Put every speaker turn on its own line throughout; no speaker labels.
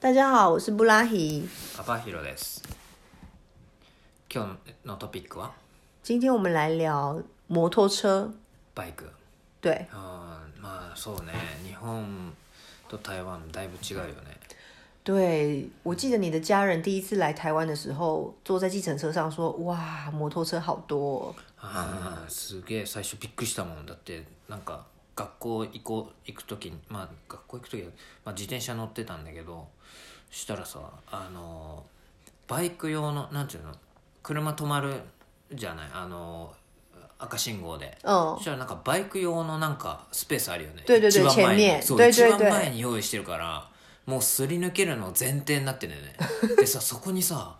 大家好，我是布拉希。
アパヒロです今日のトピックは
今天我们来聊摩托车。
バイク
对，
あーまあそうね日本と台湾だいぶ違うよね
对我记得你的家人第一次来台湾的时候，坐在计程车上说：“哇，摩托车好多哦、
あーすげえ最初びっくりしたもんだってなんか学校行こう行く時にまあ学校行く時は、まあ、自転車乗ってたんだけどしたらさあのーバイク用のなんていうの車止まるじゃないあのー赤信号で
嗯
そしたらなんかバイク用のなんかスペースあるよね。
对对对
一番前に
前面
そう
对对
一番前に用意してるから、もうすり抜けるの前提になってるよ ね。でさ、そこにさ、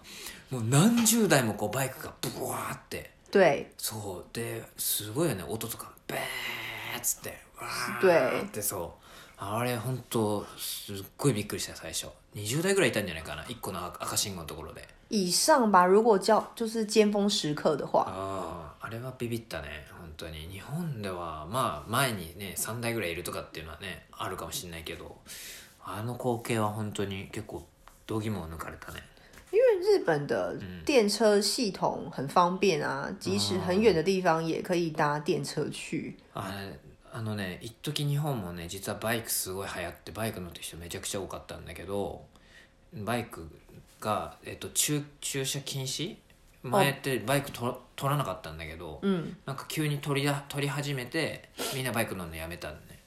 もう何十台もこうバイクがブワーって。
对
そう。で、すごいよね。音とか、ベーッつって、わ
对
ーってそう。あれ本当すっごいびっくりした最初。20台ぐらいいたんじゃないかな。1個の赤信号のところで。
以上吧。如果叫就是尖峰时刻的
啊
话，
あああれはビビったね本当に日本ではまあ前にね3台ぐらいいるとかっていうのはねあるかもしれないけどあの光景は本当に結構度肝を抜かれたね
因为日本的电车系统很方便啊，即使很远的地方也可以搭电车去。
ああのね一時日本もね実はバイクすごい流行ってバイク乗ってる人めちゃくちゃ多かったんだけどバイクが、えっと、駐駐車禁止前ってバイクと取らなかったんだけど、
嗯，
なんか急に取りだ取り始めてみんなバイク乗るのやめたんだね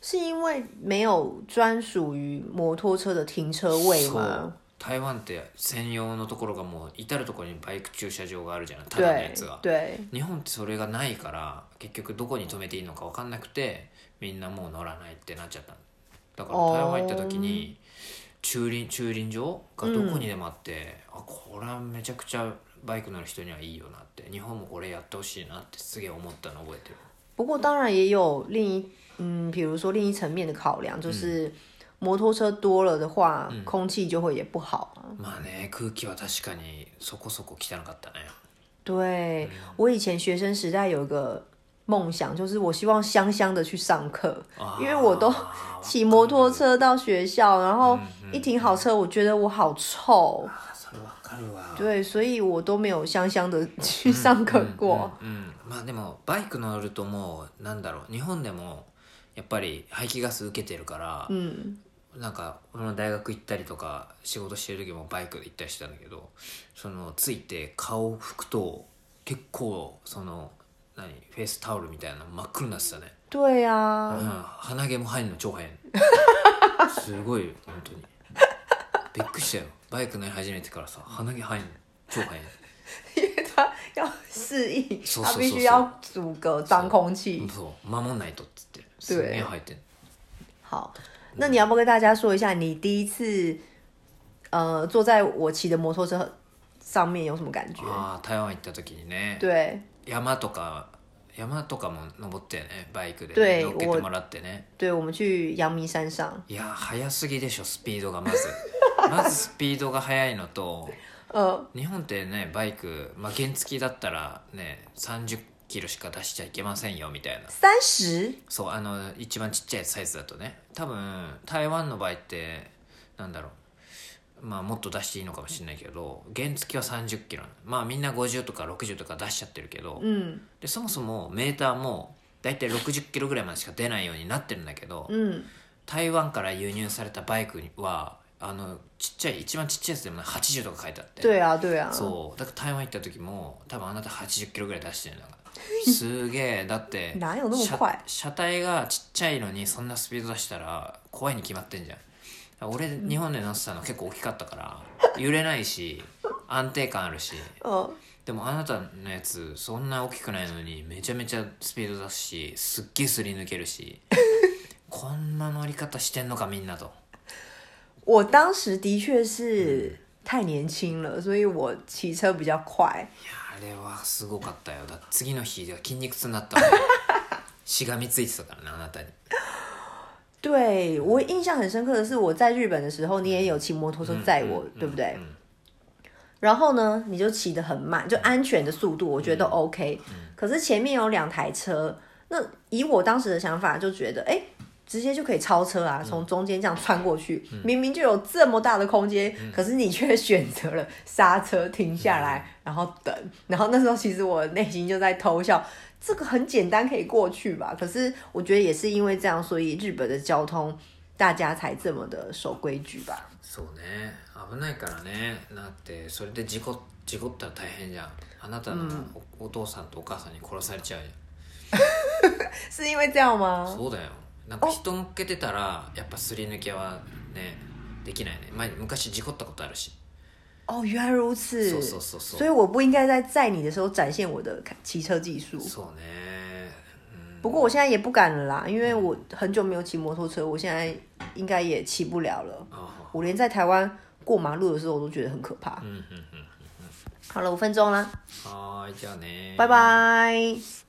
是因为没有专属于摩托车的停车位
そう
吗？
台湾って専用のところがもう至る所にバイク駐車場があるじゃないただのや
对
つが
对，
日本ってそれがないから結局どこに止めていいのか分かんなくてみんなもう乗らないってなっちゃっただから
あー
台湾行った時に駐輪駐輪場がどこにでもあって、あこれはめちゃくちゃバイク乗る人にはいいよなって日本もこれやってほしいなってすげえ思ったの覚えてる
不过当然也有另一嗯，比如说另一层面的考量，就是摩托车多了的话，空气就会也不好啊。
まあね空気は確かにそこそこ汚かったね
对、我以前学生时代有一个梦想，就是我希望香香的去上课，
あー
因为我都骑摩托车到学校，然后一停好车，我觉得我好臭，
あそれ分かるわ
对，所以我都没有香香的去上课过。
うん、うんまあでもバイク乗るともうなんだろう日本でもやっぱり排気ガス受けてるから、
嗯，
なんか俺も大学行ったりとか仕事してる時もバイクで行ったりしたんだけどそのついて顔を拭くと結構その何フェイスタオルみたいなの真っ黒になってたね、
对
うん、
啊，
鼻毛も入るの超早いのすごいよ本当にびっくりしたよバイク乗り始めてからさ鼻毛入るの超早いの
他要适应，
是
他
是
必
是
须
是
要阻隔脏空气。
そう守んないとっつってすげえ入ってんの
好，那你要不要跟大家说一下，你第一次呃坐在我骑的摩托车上面有什么感觉？
ああ台湾行った時にね
对
山とか山とかも登ってねバイクで
对
ね乗っけてもらってね
对，我们去阳明山上，
いやー速すぎでしょスピードがま ずまずスピードが速いのと
呃，
日本ってねバイク、まあ、原付だったらね30キロしか出しちゃいけませんよみたいな
三十
そうあの一番ちっちゃいサイズだとね多分台湾の場合ってなんだろうまあもっと出していいのかもしれないけど原付は3 0キロまあみんな50とか60とか出しちゃってるけど、
嗯
でそもそもメーターも大体6 0キロぐらいまでしか出ないようになってるんだけど、
嗯，
台湾から輸入されたバイクはあのちっちゃい一番ちっちゃいやつでもね80とか書いてあって
对啊对啊，
そうだから台湾行った時も多分あなた8 0キロぐらい出してるんだからすげえだって
哪有那么快？
車車体がちっちゃいのにそんなスピード出したら怖いに決まってんじゃん俺日本で乗ってたの結構大きかったから揺れないし安定感あるし
呃，
でもあなたのやつそんな大きくないのにめちゃめちゃスピード出すしすっげえすり抜ける しこんな乗り方してんのかみんなと
我当时的确是太年轻了，所以我骑车比较快。
いやあれはすごかったよだ次の日が筋肉痛にな ったもんしがみついてたからねあなたに
对我印象很深刻的是，我在日本的时候，你也有骑摩托车载我，对不对？
うん
然后呢，你就骑得很慢，就安全的速度，我觉得都 OK、可是前面有两台车，那以我当时的想法就觉得，哎，直接就可以超车啊，从中间这样穿过去，明明就有这么大的空间，可是你却选择了刹车停下来，然后等。然后那时候其实我内心就在偷笑，这个很简单可以过去吧？可是我觉得也是因为这样，所以日本的交通大家才这么的守规矩吧？
そうね危ないからねだってそれで事故事故ったら大変じゃんあなたのお,、お父さんとお母さんに殺されちゃうじ
是因为这样
ゃん
吗？
そうだよなんか人乗っけてたらやっぱすり抜けはねできないね前昔事故ったことあるし
哦，原来如此。
そうそうそうそう
所以我不应该在载你的时候展现我的骑车技术。
そうねうん
不过我现在也不敢了啦，因为我很久没有骑摩托车，我现在应该也骑不了了。
あ
我连在台湾过马路的时候，我都觉得很可怕
う。んうんうん
好了，五分钟啦，
はーいじゃあね
拜拜。